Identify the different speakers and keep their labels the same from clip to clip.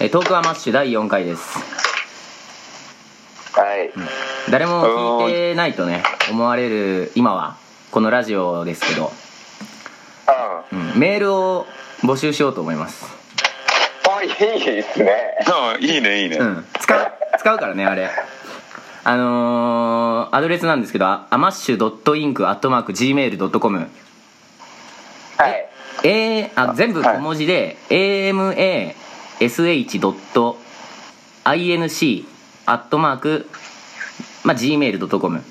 Speaker 1: えートークアマッシュ第4回です
Speaker 2: はい。
Speaker 1: 誰も聞いてないとね思われる今はこのラジオですけど、
Speaker 2: う
Speaker 1: うん、メールを募集しようと思います、
Speaker 2: ん。あ、いいですね。
Speaker 3: ああいいねいいね、
Speaker 1: うん、使う使うからねあれあのーアドレスなんですけどあアマッシュ .inc.gmail.com
Speaker 2: はい。
Speaker 1: A あ全部小文字で、amash.inc アットマーク、まあ、gmail.com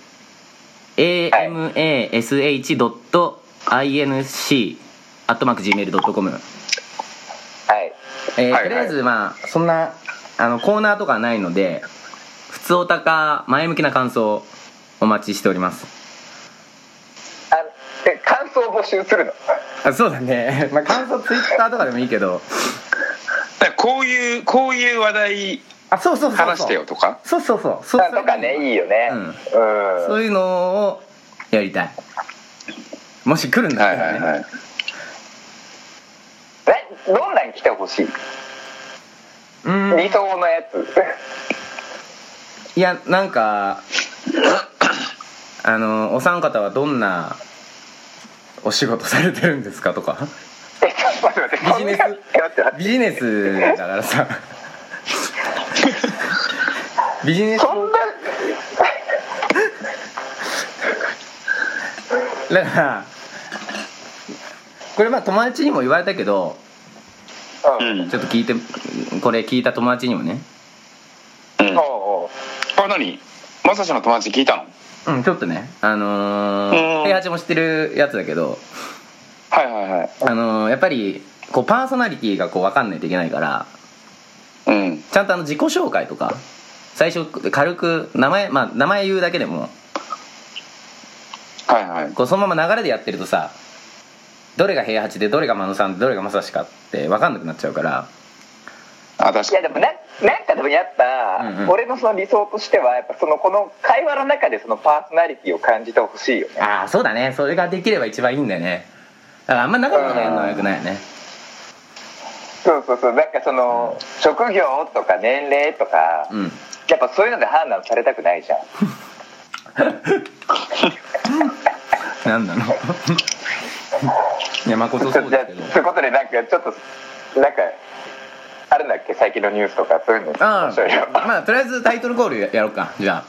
Speaker 1: amash.inc アットマーク gmail.com、
Speaker 2: はい。
Speaker 1: えー
Speaker 3: はい
Speaker 1: とりあえずまあそんなあのコーナーとかはないので普通おたか前向きな感想をお待ちしております
Speaker 2: あ、え、感想募集するの。
Speaker 1: あそうだね、 まあ、感想ツイッターとかでもいいけど
Speaker 3: だからこういうこういう話題
Speaker 1: あそうそうそうそう
Speaker 3: 話してよとか
Speaker 1: そうそうそうそう
Speaker 2: あとかね、いいよね。
Speaker 1: う
Speaker 2: うんん。
Speaker 1: そういうのをやりたいもし来るんだ
Speaker 3: は
Speaker 1: っ
Speaker 3: い
Speaker 1: たら
Speaker 3: は
Speaker 1: ね、
Speaker 3: いはい
Speaker 2: え、どんなん来てほしい。
Speaker 1: うん
Speaker 2: 理想のやつ。
Speaker 1: いやなんか あのお三方はどんなお仕事されてるんですかと か
Speaker 2: え、ちょっと待って待って。
Speaker 1: ビジネス
Speaker 2: そんなえ待
Speaker 1: ビジ
Speaker 2: って待って
Speaker 1: ネスだからさビジネス
Speaker 2: そんな。
Speaker 1: だからこれまあ友達にも言われたけど
Speaker 2: う
Speaker 3: うん
Speaker 2: ん。
Speaker 1: ちょっと聞いてこれ聞いた友達にもね
Speaker 3: うんあ
Speaker 2: おうおう
Speaker 3: 何まさしの友達聞いたの
Speaker 1: うんちょっとねあのー
Speaker 3: うん
Speaker 1: 平八も知ってるやつだけど
Speaker 3: はいはいはい
Speaker 1: あのーやっぱりこうパーソナリティがこう分かんないといけないから
Speaker 3: うん
Speaker 1: ちゃんとあの自己紹介とか最初軽く名前まあ名前言うだけでも
Speaker 3: はいはい
Speaker 1: こうそのまま流れでやってるとさどれが平八でどれが真野さんでどれが正志かって分かんなくなっちゃうから
Speaker 3: あ確
Speaker 2: い
Speaker 3: か
Speaker 2: やでもななんかでもやっぱ、
Speaker 1: うんうん
Speaker 2: 俺のその理想としてはやっぱそのこの会話の中でそのパーソナリティを感じてほしいよね
Speaker 1: ああそうだねそれができれば一番いいんだよねだからあんま長くやるのはよくないよね
Speaker 2: そうそうそうなんかその職業とか年齢とか、
Speaker 1: うん
Speaker 2: やっぱそういうので判断されたくないじゃん
Speaker 1: 何なの いや誠そう
Speaker 2: じゃ
Speaker 1: で
Speaker 2: あ
Speaker 1: すけど
Speaker 2: そういうことでなんかちょっとなんかあるんだっけ最近のニュースとかそういうの
Speaker 1: あ
Speaker 2: そういうの
Speaker 1: あまあとりあえずタイトルコールややろうかじゃ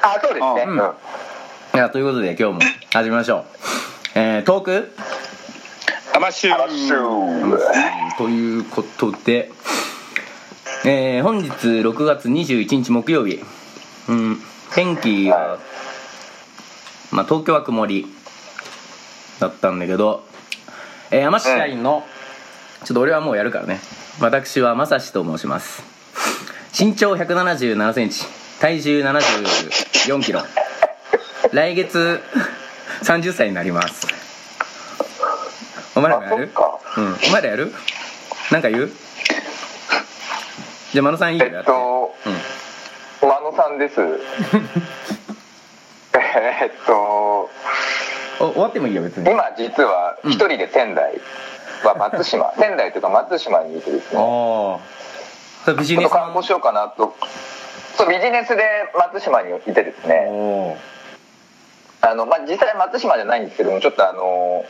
Speaker 1: あ
Speaker 2: あそうですね
Speaker 3: う
Speaker 2: うんん、
Speaker 1: いやということで今日も始めましょう、えー、トーク
Speaker 3: アマッシュ
Speaker 2: アマッシュ
Speaker 1: ということで、えー本日6月21日木曜日、うん、天気は、まあ、東京は曇りだったんだけど、えー、天社員の、ちょっと俺はもうやるからね私はまさしと申します身長1 7 7センチ体重7 4キロ来月30歳になりますお前らもやる
Speaker 2: あそ
Speaker 1: うんお前らやるなんか言うじゃあ真野さんいいよ
Speaker 2: え
Speaker 1: やっ、
Speaker 2: ってと真野さ んですえっと
Speaker 1: うん、お終わってもいいよ別に
Speaker 2: 今実は一人で仙台は 松島、仙台というか松島にいてですね
Speaker 1: ああビジ
Speaker 2: ちょっ
Speaker 1: ネ
Speaker 2: と
Speaker 1: ス
Speaker 2: 観光しようかなとそうビジネスで松島にいてですね
Speaker 1: おー
Speaker 2: あの、まあ、実際松島じゃないんですけどもちょっとあの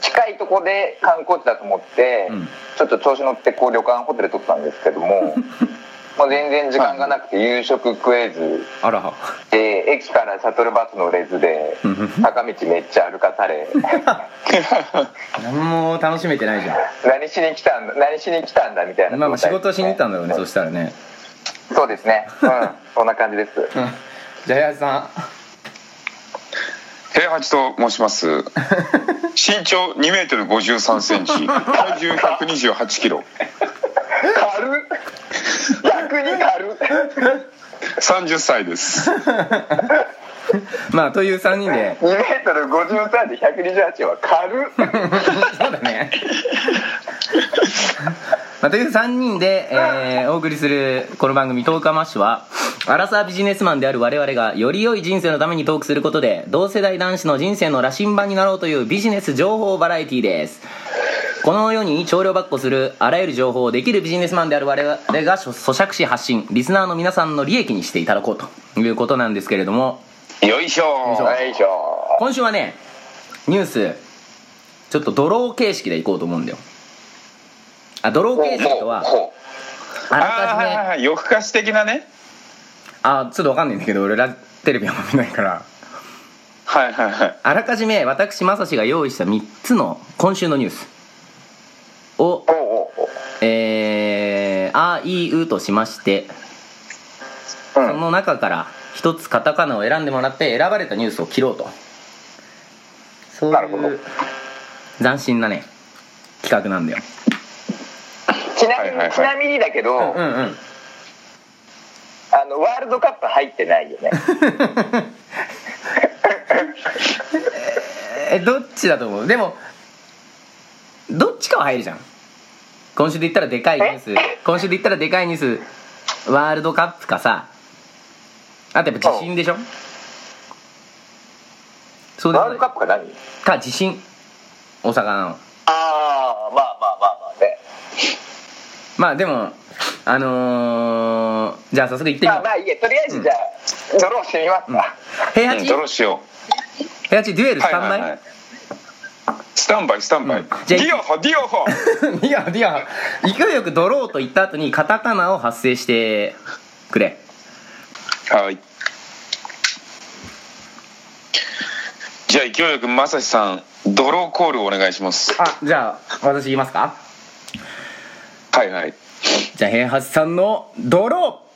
Speaker 2: 近いとこで観光地だと思って、
Speaker 1: うん
Speaker 2: ちょっと調子乗ってこう旅館ホテル取ったんですけ どももう全然時間がなくて夕食食えず
Speaker 1: あらは
Speaker 2: で駅からシャトルバス乗れずで
Speaker 1: うんうん
Speaker 2: 坂道めっちゃ歩かされ
Speaker 1: 何も楽しめてないじゃん
Speaker 2: 何しに来たんだ何しに来たんだみたいな
Speaker 1: まあまあ仕
Speaker 2: 状態
Speaker 1: 事
Speaker 2: です
Speaker 1: し
Speaker 2: ね
Speaker 1: に行ったんだろうねそしたらね
Speaker 2: そうですねうんそんな感 じです
Speaker 1: うんじゃあ林さ
Speaker 3: 平八と申し ます身長2メートル5 3センチ体重1 2 8キロ
Speaker 2: 軽っ逆に軽っ
Speaker 3: 30歳です
Speaker 1: んまあという3人で
Speaker 2: 2メートル53で128は軽っ
Speaker 1: そうだねまあ、という3人で、えーお送りするこの番組「トークアマッシュは」アラサービジネスマンである我々がより良い人生のためにトークすることで同世代男子の人生の羅針盤になろうというビジネス情報バラエティーですこの世に少量ばっこするあらゆる情報をできるビジネスマンである我々が咀嚼し発信リスナーの皆さんの利益にしていただこうということなんですけれども
Speaker 3: よいしょ
Speaker 1: そう
Speaker 2: よいしょ
Speaker 1: 今週はねニュースちょっとドロー形式でいこうと思うんだよあドロー形式とは
Speaker 2: ほ
Speaker 1: あ
Speaker 3: ああーはいはい
Speaker 1: らかじめ
Speaker 3: はい夜更かし的なね
Speaker 1: あちょっとわかんないんだけど俺らテレビあんま見ないから
Speaker 3: はいはいはい
Speaker 1: あらかじめ私まさしが用意した3つの今週のニュースを
Speaker 2: うほうほう
Speaker 1: えー、あいうとしまして
Speaker 2: う
Speaker 1: そ
Speaker 2: ん
Speaker 1: の中から一つカタカナを選んでもらって選ばれたニュースを切ろうとそう
Speaker 2: なるほど
Speaker 1: いう斬新なね企画なんだよ
Speaker 2: ちなみに、
Speaker 3: はいはいはい
Speaker 2: ちなみにだけど、
Speaker 1: うんうん
Speaker 2: あのワールドカップ入ってないよね
Speaker 1: えどっちだと思うでもどっちかは入るじゃん今週で言ったらでかいニュース今週で言ったらでかいニュースワールドカップかさあとやっぱ地震でしょそうで
Speaker 2: ワ
Speaker 1: も
Speaker 2: ール
Speaker 1: ない
Speaker 2: ドカップが何
Speaker 1: か地震大阪の
Speaker 2: ああまあまあまあまあね
Speaker 1: まあでもあのーじゃあ早速行ってみ
Speaker 2: ま
Speaker 1: よ
Speaker 2: あ
Speaker 1: う
Speaker 2: まあいいやとりあえずじゃあ、ドローしてみますか、
Speaker 1: 平
Speaker 3: うんドロ
Speaker 1: 八
Speaker 3: ーしよ
Speaker 1: 平八デュエル
Speaker 3: う
Speaker 1: ス
Speaker 3: はい
Speaker 1: タン
Speaker 3: は
Speaker 1: バ
Speaker 3: いは
Speaker 1: イ
Speaker 3: いスタンバイスタンバイ、
Speaker 1: うんじ
Speaker 3: デ
Speaker 1: ゃあ
Speaker 3: ィオホディオホ
Speaker 1: いやいや勢いよくドローと言った後にカタカナを発生してくれ
Speaker 3: はいじゃあ勢いよくまさしさんドローコールをお願いします
Speaker 1: あじゃあ私言いますか
Speaker 3: はいはい
Speaker 1: じゃあ平八さんのドロー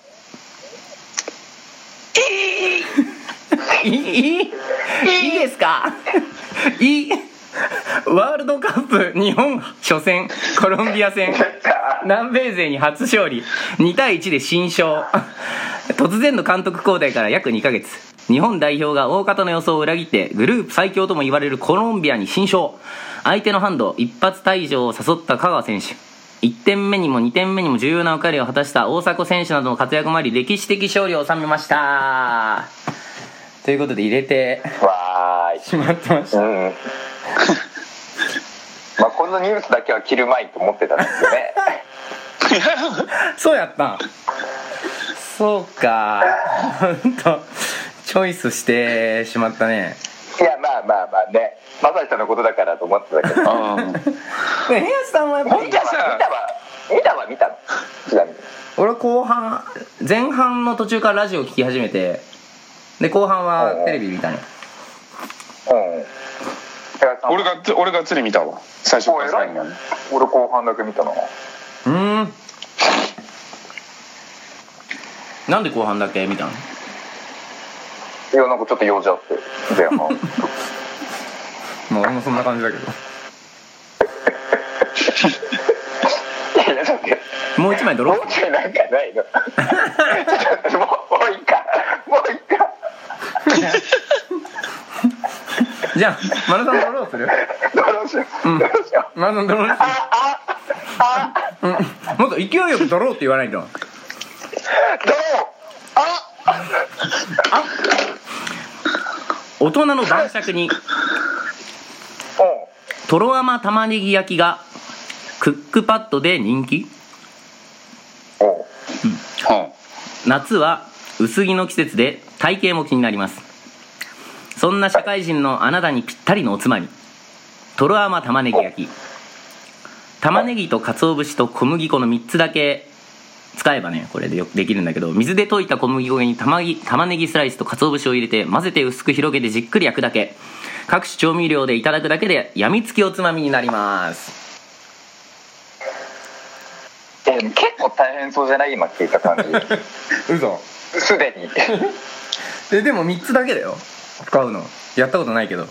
Speaker 1: いいいいですかいいワールドカップ日本初戦コロンビア戦南米勢に初勝利2対1で新勝突然の監督交代から約2ヶ月日本代表が大方の予想を裏切ってグループ最強とも言われるコロンビアに新勝相手のハンド一発退場を誘った香川選手1点目にも2点目にも重要な役割を果たした大迫選手などの活躍もあり歴史的勝利を収めましたということで入れて
Speaker 2: わーい
Speaker 1: しまってました
Speaker 2: うんまあこのニュースだけは切るまいと思ってたんですよ ね
Speaker 1: そうやったんそうかほんとチョイスしてしまったね
Speaker 2: いやまあまあまあねまさしさんのことだからと思ってたけど
Speaker 3: あー
Speaker 1: でも平安さんはやっぱ
Speaker 2: 見
Speaker 1: り
Speaker 2: たわ見たわ見たわ見たのちなみに
Speaker 1: 俺後半前半の途中からラジオ聞き始めてで後半はテレビ見たの
Speaker 2: うん
Speaker 3: 俺が俺がっつり見たわ最初
Speaker 2: お
Speaker 3: か
Speaker 2: う
Speaker 3: ら
Speaker 2: 偉い
Speaker 3: 最後まで
Speaker 2: ね俺後半だけ見たな
Speaker 1: うーんなんで後半だけ見たの
Speaker 2: いやなんかちょっと用事あって前 半
Speaker 1: まあ俺もそんな感じだけど
Speaker 2: いやだって
Speaker 1: もう一枚ドロ
Speaker 2: も
Speaker 1: ッ
Speaker 2: うちょいなんかないの ちょっともうもういいかもういいか
Speaker 1: プじゃあマルさんドローする
Speaker 2: どうしよう、どうしよう
Speaker 1: マルさんドローす
Speaker 2: あ
Speaker 1: る、うん、もっと勢いよくドローって言わないと
Speaker 2: どうあ
Speaker 1: 大人の晩酌に
Speaker 2: お
Speaker 1: とろ甘玉ねぎ焼きがクックパッドで人気
Speaker 2: お
Speaker 3: は
Speaker 1: 夏は薄着の季節で体型も気になりますそんな社会人のあなたにぴったりのおつまみとろ甘玉ねぎ焼き玉ねぎと鰹節と小麦粉の3つだけ使えばねこれでよくできるんだけど水で溶いた小麦粉に玉ぎ玉ねぎスライスと鰹節を入れて混ぜて薄く広げてじっくり焼くだけ各種調味料でいただくだけでやみつきおつまみになります
Speaker 2: え結構大変そうじゃない今聞いた感
Speaker 1: 嘘
Speaker 2: じす でに
Speaker 1: えでも3つだけだよ使うのやったことないけど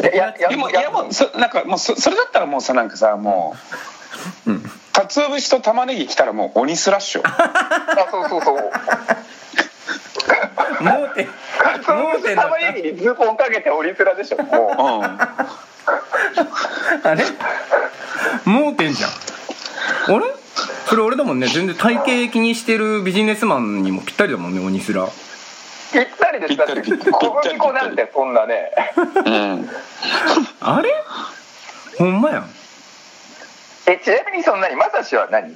Speaker 2: いや
Speaker 3: あでもいやもうそなんかもうそそれだったらもうさなんかさもう、
Speaker 1: うん
Speaker 3: 鰹節と玉ねぎ来たらもう鬼スラッシュ
Speaker 2: あそうそう そう
Speaker 1: 盲点盲点だっ
Speaker 2: 玉ねぎにズボンかけてオリプラでしょも
Speaker 3: うん
Speaker 1: たあれ盲点じゃんあれそれ俺だもんね全然体型気にしてるビジネスマンにもぴったりだもんね鬼すら
Speaker 2: うぴったり人ですかって
Speaker 3: ぴったりぴった
Speaker 2: 小麦
Speaker 3: り
Speaker 2: 粉なんてそんなね
Speaker 3: うん
Speaker 1: あれほんまやん
Speaker 2: えちなみにそんなにまさしは何、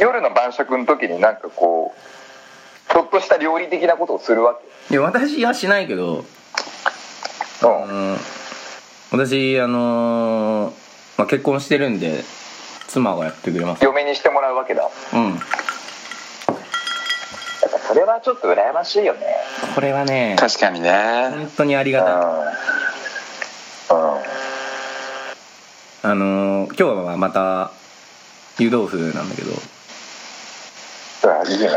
Speaker 2: 夜の晩酌の時になんかこうちょっとした料理的なことをするわ
Speaker 1: いや私はしないけど
Speaker 2: け、う
Speaker 1: あ
Speaker 2: ん、
Speaker 1: の私あのーまあ、結婚してるんで妻がやってくれます
Speaker 2: 嫁にしてもらうわけだ
Speaker 1: うん
Speaker 2: やっぱそれはちょっと羨ましいよね
Speaker 1: これはね
Speaker 3: 確かにね
Speaker 1: 本当にあり
Speaker 2: う
Speaker 1: がたい
Speaker 2: ん、うん、
Speaker 1: あのー今日はまた湯豆腐なんだけど
Speaker 2: それはいいね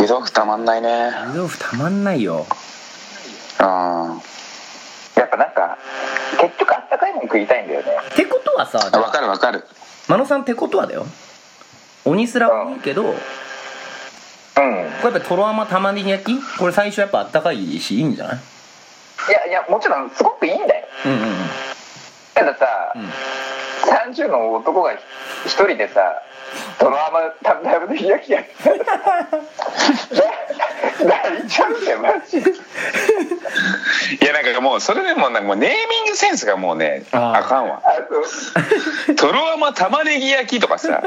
Speaker 3: 湯豆腐たまんないね
Speaker 1: 湯豆腐たまんないよ
Speaker 3: うん
Speaker 2: やっぱなんか結局あったかいもん食いたいんだよね
Speaker 1: ってことはさじゃ
Speaker 3: わか
Speaker 1: あ
Speaker 3: るわかる
Speaker 1: 真野さんってことはだよ鬼すらはいいけどこ
Speaker 2: うん
Speaker 1: れやっぱとろあま玉ねぎ焼きこれ最初やっぱあったかいしいいんじゃない
Speaker 2: いやいやもちろんすごくいいんだよ
Speaker 1: うんうん
Speaker 2: たださ、
Speaker 1: うん
Speaker 2: 30の男が一人でさそのままたたぶ焼きやって たら泣いちゃうねマジで
Speaker 3: いやなんかもうそれでもなんかもうネーミングセンスがもうね
Speaker 1: あー
Speaker 3: あかんわ
Speaker 2: あの
Speaker 3: とろあま玉ねぎ焼きとかさ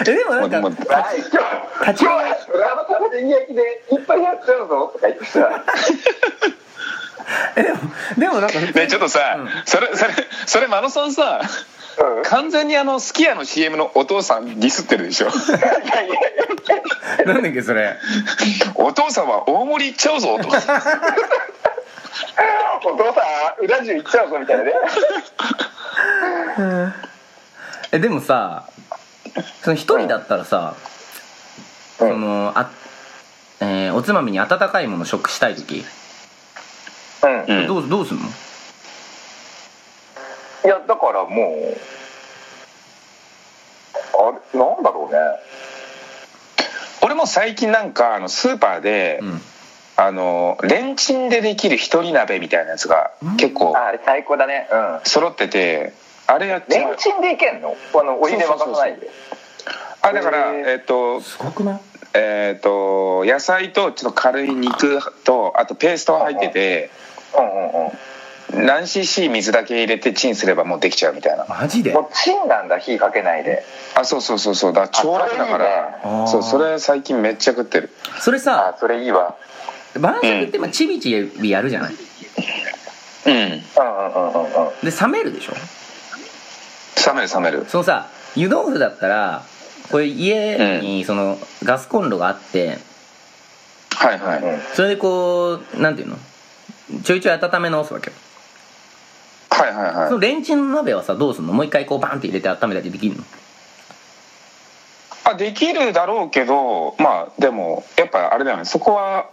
Speaker 1: えでも なん
Speaker 3: も
Speaker 1: か
Speaker 3: うもう
Speaker 2: あ今日今日は裏の玉ねぎ焼きでいっぱいやっちゃうぞとか言ってさ
Speaker 1: えでもでもなんか普通に
Speaker 3: ねちょっとさ、
Speaker 1: うん
Speaker 3: それそれそれ真野さんさ
Speaker 2: うん
Speaker 3: 完全にあのすき家の CM のお父さんディスってる でしょ
Speaker 2: いやいやいや
Speaker 1: なんだっけそれ
Speaker 3: お父さんは大盛りいっちゃうぞ とか
Speaker 2: お父さん裏中行っちゃうぞみたいなね
Speaker 1: えでもさその一人だったらさ、
Speaker 2: うん
Speaker 1: そのあ、えーおつまみに温かいもの食したい時、
Speaker 2: うん
Speaker 3: うん
Speaker 1: どうどうすんの
Speaker 2: いやだからもうあれなんだろうね
Speaker 3: 俺も最近なんかあのスーパーで、
Speaker 1: うん
Speaker 3: あのレンチンでできる一人鍋みたいなやつが
Speaker 1: うん
Speaker 3: 結構
Speaker 2: ああれ最高だねうん
Speaker 3: 揃っててあれやっち
Speaker 2: レ
Speaker 3: ゃ
Speaker 2: ン
Speaker 3: う
Speaker 2: チンでいけんのあのお湯で沸かさないで
Speaker 3: あだから
Speaker 2: へー
Speaker 3: えっと
Speaker 1: すごくない
Speaker 3: えっと野菜とちょっと軽い肉とあとペーストが入ってて
Speaker 2: うんうんうん
Speaker 3: 何 cc 水だけ入れてチンすればもうできちゃうみたいな
Speaker 1: マジで
Speaker 2: もうチンなんだ火かけないで
Speaker 3: あそうそうそうそうだから超楽だから
Speaker 1: それいいね
Speaker 3: そうそれ最近めっちゃ食ってる
Speaker 1: それ
Speaker 2: あ
Speaker 1: さ
Speaker 2: それいいわ
Speaker 1: 晩酌ってまあちびちびやるじゃない
Speaker 3: うん冷
Speaker 2: うんうんうんうんう
Speaker 1: で
Speaker 2: ん
Speaker 1: 冷めるでしょ
Speaker 3: める冷める
Speaker 1: そのさ湯豆腐だったらこれ家にそのガスコンロがあって
Speaker 3: はいはい
Speaker 1: それでこうなんていうのちょいちょい温め直すわけよ
Speaker 3: はいは
Speaker 1: そ
Speaker 3: い
Speaker 1: の
Speaker 3: は
Speaker 1: レンチンの鍋はさどうすんのもう一回こうバンって入れて温めたりできるの
Speaker 3: いあできるだろうけどまあでもやっぱあれだよねそこは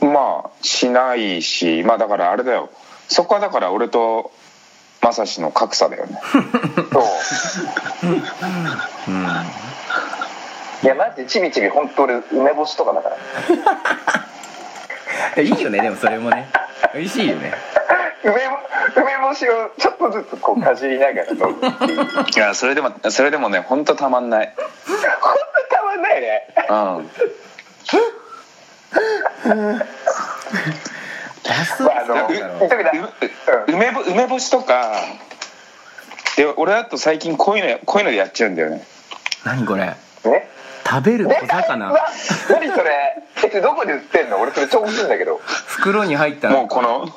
Speaker 3: まあしないしまあだからあれだよそこはだから俺とまさしの格差だよね
Speaker 2: そ
Speaker 1: う
Speaker 2: う
Speaker 1: ん
Speaker 2: いやマジでちびちび本当俺梅干しとかだから
Speaker 1: いやいいよねでもそれもね美味しいよね
Speaker 2: 梅梅干しをちょっとずつこうかじりながら飲むっていうほんと
Speaker 3: いやそれでもそれでもね本当たまんない
Speaker 2: たまんないね
Speaker 3: うん
Speaker 1: ガス
Speaker 2: まああの
Speaker 1: そうだろう
Speaker 2: 言っとくな
Speaker 3: う梅ぼ梅干しとかで俺だと最近こういうのこういうのでやっちゃうんだよね
Speaker 1: 何これ
Speaker 2: うんね
Speaker 1: 食べる
Speaker 2: で
Speaker 1: 小魚
Speaker 2: うわ何それえそれどこで売ってんの俺それ超欲しいんだけど
Speaker 1: 袋に入った
Speaker 3: もうこの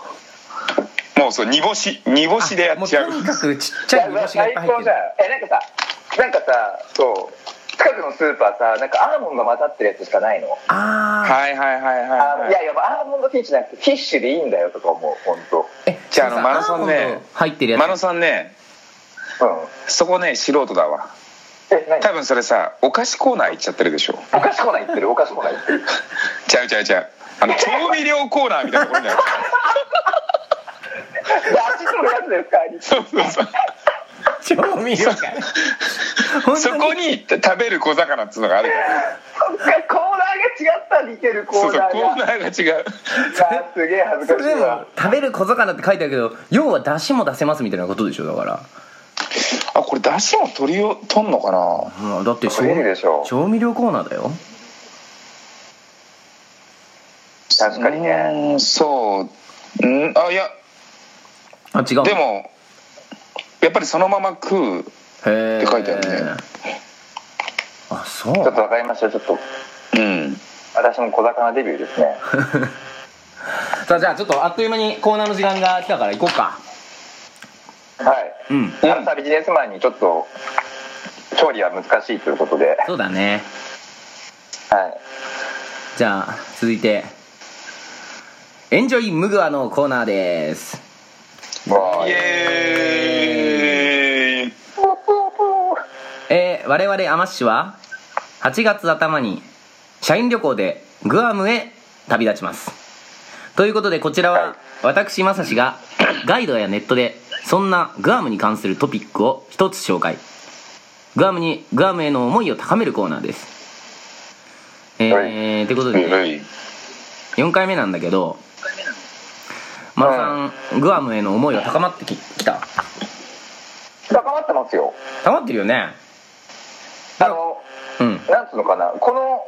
Speaker 3: もうそう煮干し煮干しでや
Speaker 1: も
Speaker 3: っ
Speaker 1: う
Speaker 3: ちゃ
Speaker 1: と
Speaker 3: う
Speaker 1: にかくちっち
Speaker 2: い
Speaker 1: ゃい
Speaker 2: や
Speaker 1: 煮
Speaker 2: ま
Speaker 1: 干
Speaker 2: あ
Speaker 1: しがいっぱい
Speaker 2: 最
Speaker 1: 入
Speaker 2: 高
Speaker 1: っ
Speaker 2: じ
Speaker 1: て
Speaker 2: ゃん
Speaker 1: る
Speaker 2: えなんかさなんかさそう近くのスーパーさなんかアーモンド混ざってるやつしかないの
Speaker 1: ああ
Speaker 3: はいはいはい
Speaker 2: あ
Speaker 3: はいはい
Speaker 2: いやいやアーモンドフィッシュじゃなくてフィッシュでいいんだよとか思う本
Speaker 1: え
Speaker 3: じゃああのマラソンね
Speaker 1: アーモド入ってるやつ
Speaker 3: 真野さんね
Speaker 2: 当。うん
Speaker 3: そこね素人だわ
Speaker 2: え何
Speaker 3: 多分それさお菓子コーナー行っちゃってるでしょ
Speaker 2: おかしこない言ってるおかしこない言ってる
Speaker 3: ちゃうちゃうちゃうあの調味料コーナーみたいなところにある
Speaker 2: で足取るやつですか
Speaker 3: そうそうそう
Speaker 1: 調味料か本
Speaker 3: そ
Speaker 1: 当
Speaker 3: こ
Speaker 1: に
Speaker 3: に食べる小魚っつうのがあるから
Speaker 2: そっかコーナーが違った似てるコ
Speaker 3: そ
Speaker 2: ー
Speaker 3: うそう
Speaker 2: ナー
Speaker 3: コー
Speaker 2: が
Speaker 3: ナーが違
Speaker 2: いや
Speaker 3: う
Speaker 2: すげえ恥ず
Speaker 1: そ
Speaker 2: かし
Speaker 1: れで
Speaker 2: いわ
Speaker 1: も 食べる小魚って書いてあるけど要は出汁も出せますみたいなことでしょだか
Speaker 3: あこれ出汁も取りを取んのかな
Speaker 1: ら、うん、だって調
Speaker 2: 無理でしょ
Speaker 1: 調味料コーナーだよ
Speaker 2: 確かにね
Speaker 3: うんそううんあいや
Speaker 1: あ違うの
Speaker 3: でもやっぱりそのまま食う
Speaker 1: へー
Speaker 3: って書いてあるね
Speaker 1: あそう
Speaker 2: ちょっとわかりましたちょっと
Speaker 3: うん
Speaker 2: 私も小魚デビューですね
Speaker 1: さあじゃあちょっとあっという間にコーナーの時間が来たから行こうか
Speaker 2: はい
Speaker 1: うん
Speaker 2: アラサービジネスマンにちょっと調理は難しいということで、
Speaker 1: そうだね
Speaker 2: はい、
Speaker 1: じゃあ続いてエンジョイムグアのコーナーです
Speaker 2: もう
Speaker 3: イエーイ
Speaker 1: えー我々アマッシュは8月頭に社員旅行でグアムへ旅立ちますということでこちら
Speaker 2: はい
Speaker 1: は私まさしがガイドやネットでそんなグアムに関するトピックを一つ紹介グアムにグアムへの思いを高めるコーナーですえー
Speaker 2: はい
Speaker 1: ということで、
Speaker 3: はい
Speaker 1: 4回目なんだけど丸さんグアムへの思いは高まってききた
Speaker 2: 高まってますよ
Speaker 1: 高まってるよね
Speaker 2: あの
Speaker 1: うん
Speaker 2: なんつうのかなこの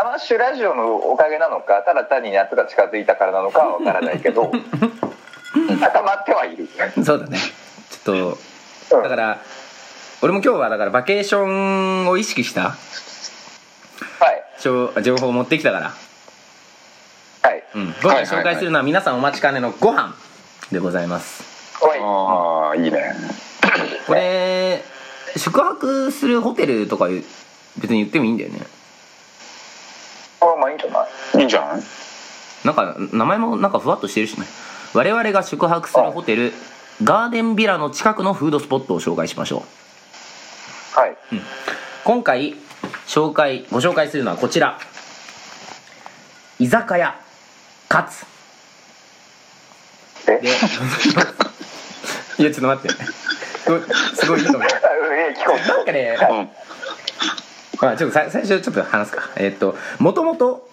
Speaker 2: アマッシュラジオのおかげなのかただ単に夏が近づいたからなのかはわからないけ ど高まってはいる、
Speaker 1: そうだねちょっ
Speaker 2: う
Speaker 1: と
Speaker 2: ん
Speaker 1: だから俺も今日はだからバケーションを意識した
Speaker 2: はい
Speaker 1: 情情報を持ってきたから、
Speaker 2: はい
Speaker 1: うん、今回紹介するのは皆さんお待ちかねのご飯でございます
Speaker 2: おい
Speaker 3: ああいいね
Speaker 1: これ宿泊するホテルとか別に言ってもいいんだよね
Speaker 2: これまあいいんじゃない
Speaker 3: いいんじゃない
Speaker 1: なんか名前もなんかふわっとしてるしね我々が宿泊するホテルガーデンビラの近くのフードスポットを紹介しましょう
Speaker 2: はい
Speaker 1: 今回紹介ご紹介するのはこちら居酒屋カツ
Speaker 2: え
Speaker 1: で いやちょっと待ってこれすごいいいと思う
Speaker 2: あえ聞こう
Speaker 1: なんかね、
Speaker 3: うん
Speaker 1: まあ、ちょっとさ最初ちょっと話すかえっともともと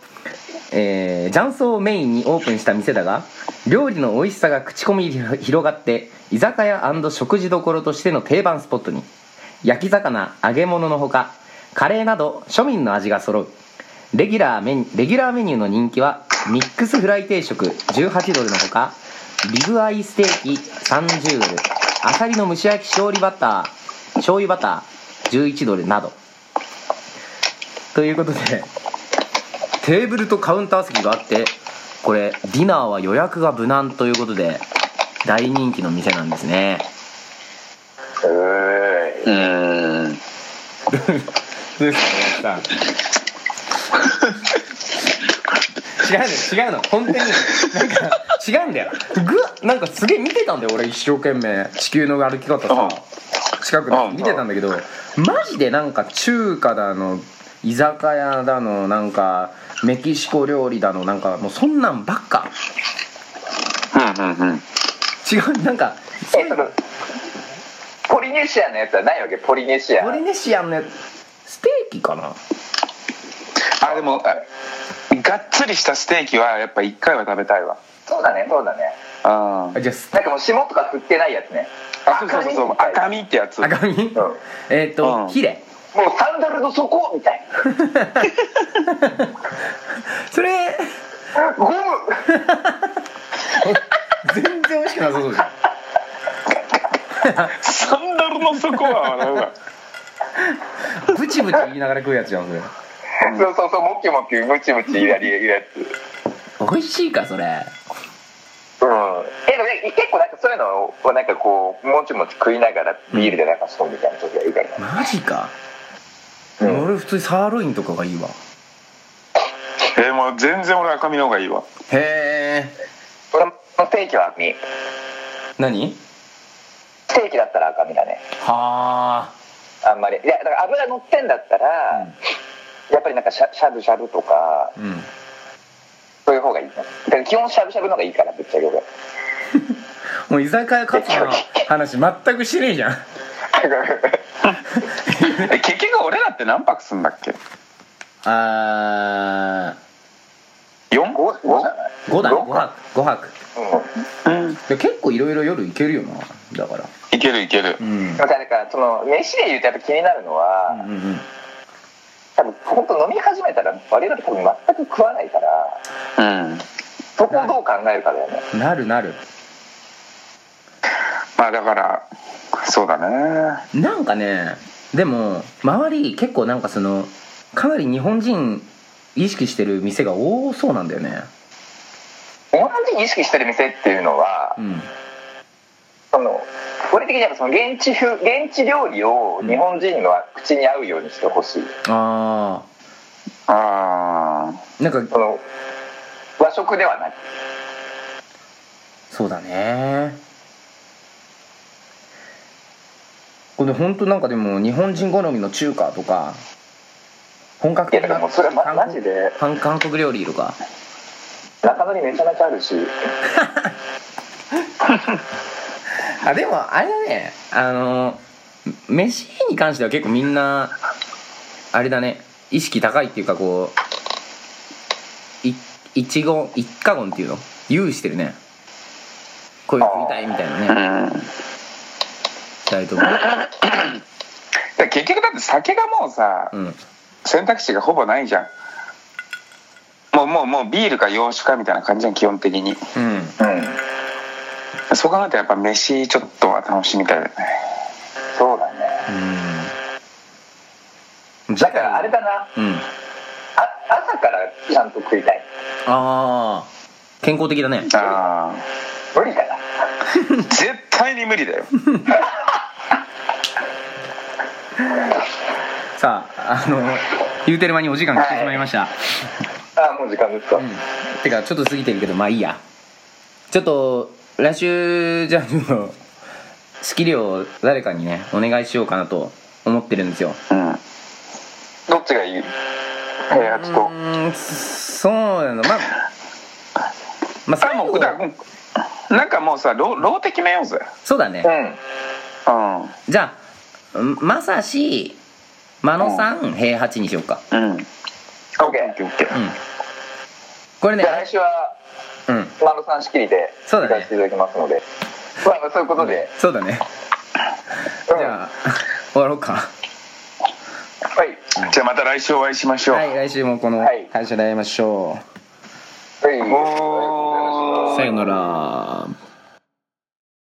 Speaker 1: えー雀荘をメインにオープンした店だが料理の美味しさが口コミに広がって居酒屋食事処としての定番スポットに焼き魚揚げ物のほかカレーなど庶民の味が揃うレギュラーメニューレギュラーメニューの人気はミックスフライ定食18ドルのほかリブアイステーキ30ドルアサリの蒸し焼き醤油バター醤油バター11ドルなどということでテーブルとカウンター席があってこれディナーは予約が無難ということで大人気の店なんですね
Speaker 2: え
Speaker 3: うーん
Speaker 1: どうですか違うの違うの本当になんか違うんだよぐなんかすげえ見てたんだよ俺一生懸命地球の歩き方さ近く
Speaker 3: う
Speaker 1: で
Speaker 3: ん
Speaker 1: 見てたんだけどマジでなんか中華だの居酒屋だのなんかメキシコ料理だのなんかもうそんなんばっか
Speaker 3: うんうんうん
Speaker 1: 違うなんか
Speaker 2: えそのポリネシアのやつはないわけポリネシア
Speaker 1: ポリネシアンのやつステーキかな
Speaker 3: あでもがっつりしたステーキはやっぱ一回は食べたいわ
Speaker 2: そうだねそうだね
Speaker 3: あ
Speaker 1: あじゃあス
Speaker 2: なんかもう霜とか振ってないやつね
Speaker 3: あそうそうそうそう赤身ってやつ
Speaker 1: 赤身
Speaker 2: うん
Speaker 1: えっと、
Speaker 3: うん
Speaker 1: ヒレ
Speaker 2: もうサンダルの底みたいな
Speaker 1: それ
Speaker 2: ゴム
Speaker 1: 全然美味しくなさそうじゃん
Speaker 3: サンダルの底は笑う わ
Speaker 1: ブチブチ言いながら食うやつじゃんそれ
Speaker 2: そうそうそうもきもきムチムチやりやつ
Speaker 1: 美味しいかそれ
Speaker 2: うん、えでもね結構なんかそういうのをなんかこうもちもち食いながらビールでなんかそうみたいな時がいいからね、
Speaker 1: マジか、
Speaker 2: うん
Speaker 1: 俺普通にサーロインとかがいいわ
Speaker 3: えーもう全然俺赤身の方がいいわ
Speaker 1: へえ
Speaker 2: このステーキは赤身
Speaker 1: 何
Speaker 2: ステーキだったら赤身だね
Speaker 1: はあ
Speaker 2: あんまりいやだから油乗ってんだったら、
Speaker 1: うん
Speaker 2: やっぱりなんかしゃしゃぶしゃぶとか
Speaker 1: うん
Speaker 2: そういう方がいいねだから基本しゃぶしゃぶの方がいいからぶっちゃけ俺
Speaker 1: もう居酒屋カツの話全くしてねえじゃん
Speaker 3: え結局俺らって何泊すんだっけ
Speaker 1: あ
Speaker 3: 4
Speaker 2: 五五じゃない
Speaker 1: ー5だね
Speaker 2: 五
Speaker 1: 5泊5泊
Speaker 2: うん
Speaker 3: うん
Speaker 1: で結構いろいろ夜行けるよなだから
Speaker 3: いけるいける
Speaker 1: うん
Speaker 2: だからその飯で言うとやっぱ気になるのは、
Speaker 1: うんうん
Speaker 2: 多分本当飲み始めたら我々多分全く食わないから
Speaker 3: うん
Speaker 2: そこをどう考えるかだよね
Speaker 1: なるなる
Speaker 3: まあだからそうだね
Speaker 1: なんかねでも周り結構なんかそのかなり日本人意識してる店が多そうなんだよね
Speaker 2: 日本人意識してる店っていうのは、
Speaker 1: うん
Speaker 2: その俺的にはその現地風現地料理を日本人の口に合うようにしてほしい、
Speaker 1: あ
Speaker 3: あ
Speaker 1: あなんか
Speaker 2: その和食ではない
Speaker 1: そうだねこれ本当なんかでも日本人好みの中華とか本格
Speaker 2: いや
Speaker 1: 的
Speaker 2: だから
Speaker 1: な
Speaker 2: もうそれは、ま、マジで
Speaker 1: 韓韓国料理とか
Speaker 2: 中野にめちゃめちゃあるし
Speaker 1: あでもあれだねあの飯に関しては結構みんなあれだね意識高いっていうかこうい一言一過言っていうの有してるねこういうの食いたいみたい
Speaker 3: あう
Speaker 1: なね
Speaker 3: ん
Speaker 1: したいと思う
Speaker 3: で結局だって酒がもうさ
Speaker 1: うん
Speaker 3: 選択肢がほぼないじゃんもうもうもうビールか洋酒かみたいな感じじゃん基本的に
Speaker 1: うん
Speaker 2: うん
Speaker 3: そう考えたらやっぱ飯ちょっとは楽しみたいよね
Speaker 2: そうだね
Speaker 1: うん
Speaker 2: だからあれだなあ
Speaker 1: うん
Speaker 2: 朝からちゃんと食いたい
Speaker 1: ああ健康的だね
Speaker 3: あ
Speaker 2: 無理だな
Speaker 3: あ絶対に無理だよ
Speaker 1: さああの言うてる間にお時間来てしまいました、
Speaker 2: あーもう時間ですか、
Speaker 1: うんてかちょっと過ぎてるけどまあいいやちょっと来週じゃあちょっとスキルを誰かにねお願いしようかなと思ってるんですよ
Speaker 3: うん
Speaker 2: どっちがいい開発
Speaker 1: う
Speaker 2: と
Speaker 1: ーんそうなのまあまあ
Speaker 3: あ
Speaker 1: 最
Speaker 3: も
Speaker 1: 後
Speaker 3: うだからもうなんかもうさロローテ決めようぜ
Speaker 1: そうだね
Speaker 2: うん
Speaker 3: う
Speaker 1: じゃあまさし真野さん平八にしようか
Speaker 3: んうん
Speaker 2: オッケー
Speaker 3: オッケ
Speaker 1: う
Speaker 3: ー
Speaker 1: んこれね
Speaker 2: じゃあ来週は
Speaker 1: うん
Speaker 2: マロさん仕切りで
Speaker 1: そうだね
Speaker 2: 行かせていただきますのでまあそういうことで、
Speaker 1: そうだねじ
Speaker 2: うん
Speaker 1: ゃあ終わろうか
Speaker 2: はい
Speaker 3: じゃあまた来週お会いしましょう、
Speaker 1: はい来週もこの
Speaker 2: はい
Speaker 1: 会社で会いましょう、
Speaker 2: はい
Speaker 3: おー
Speaker 1: さよなら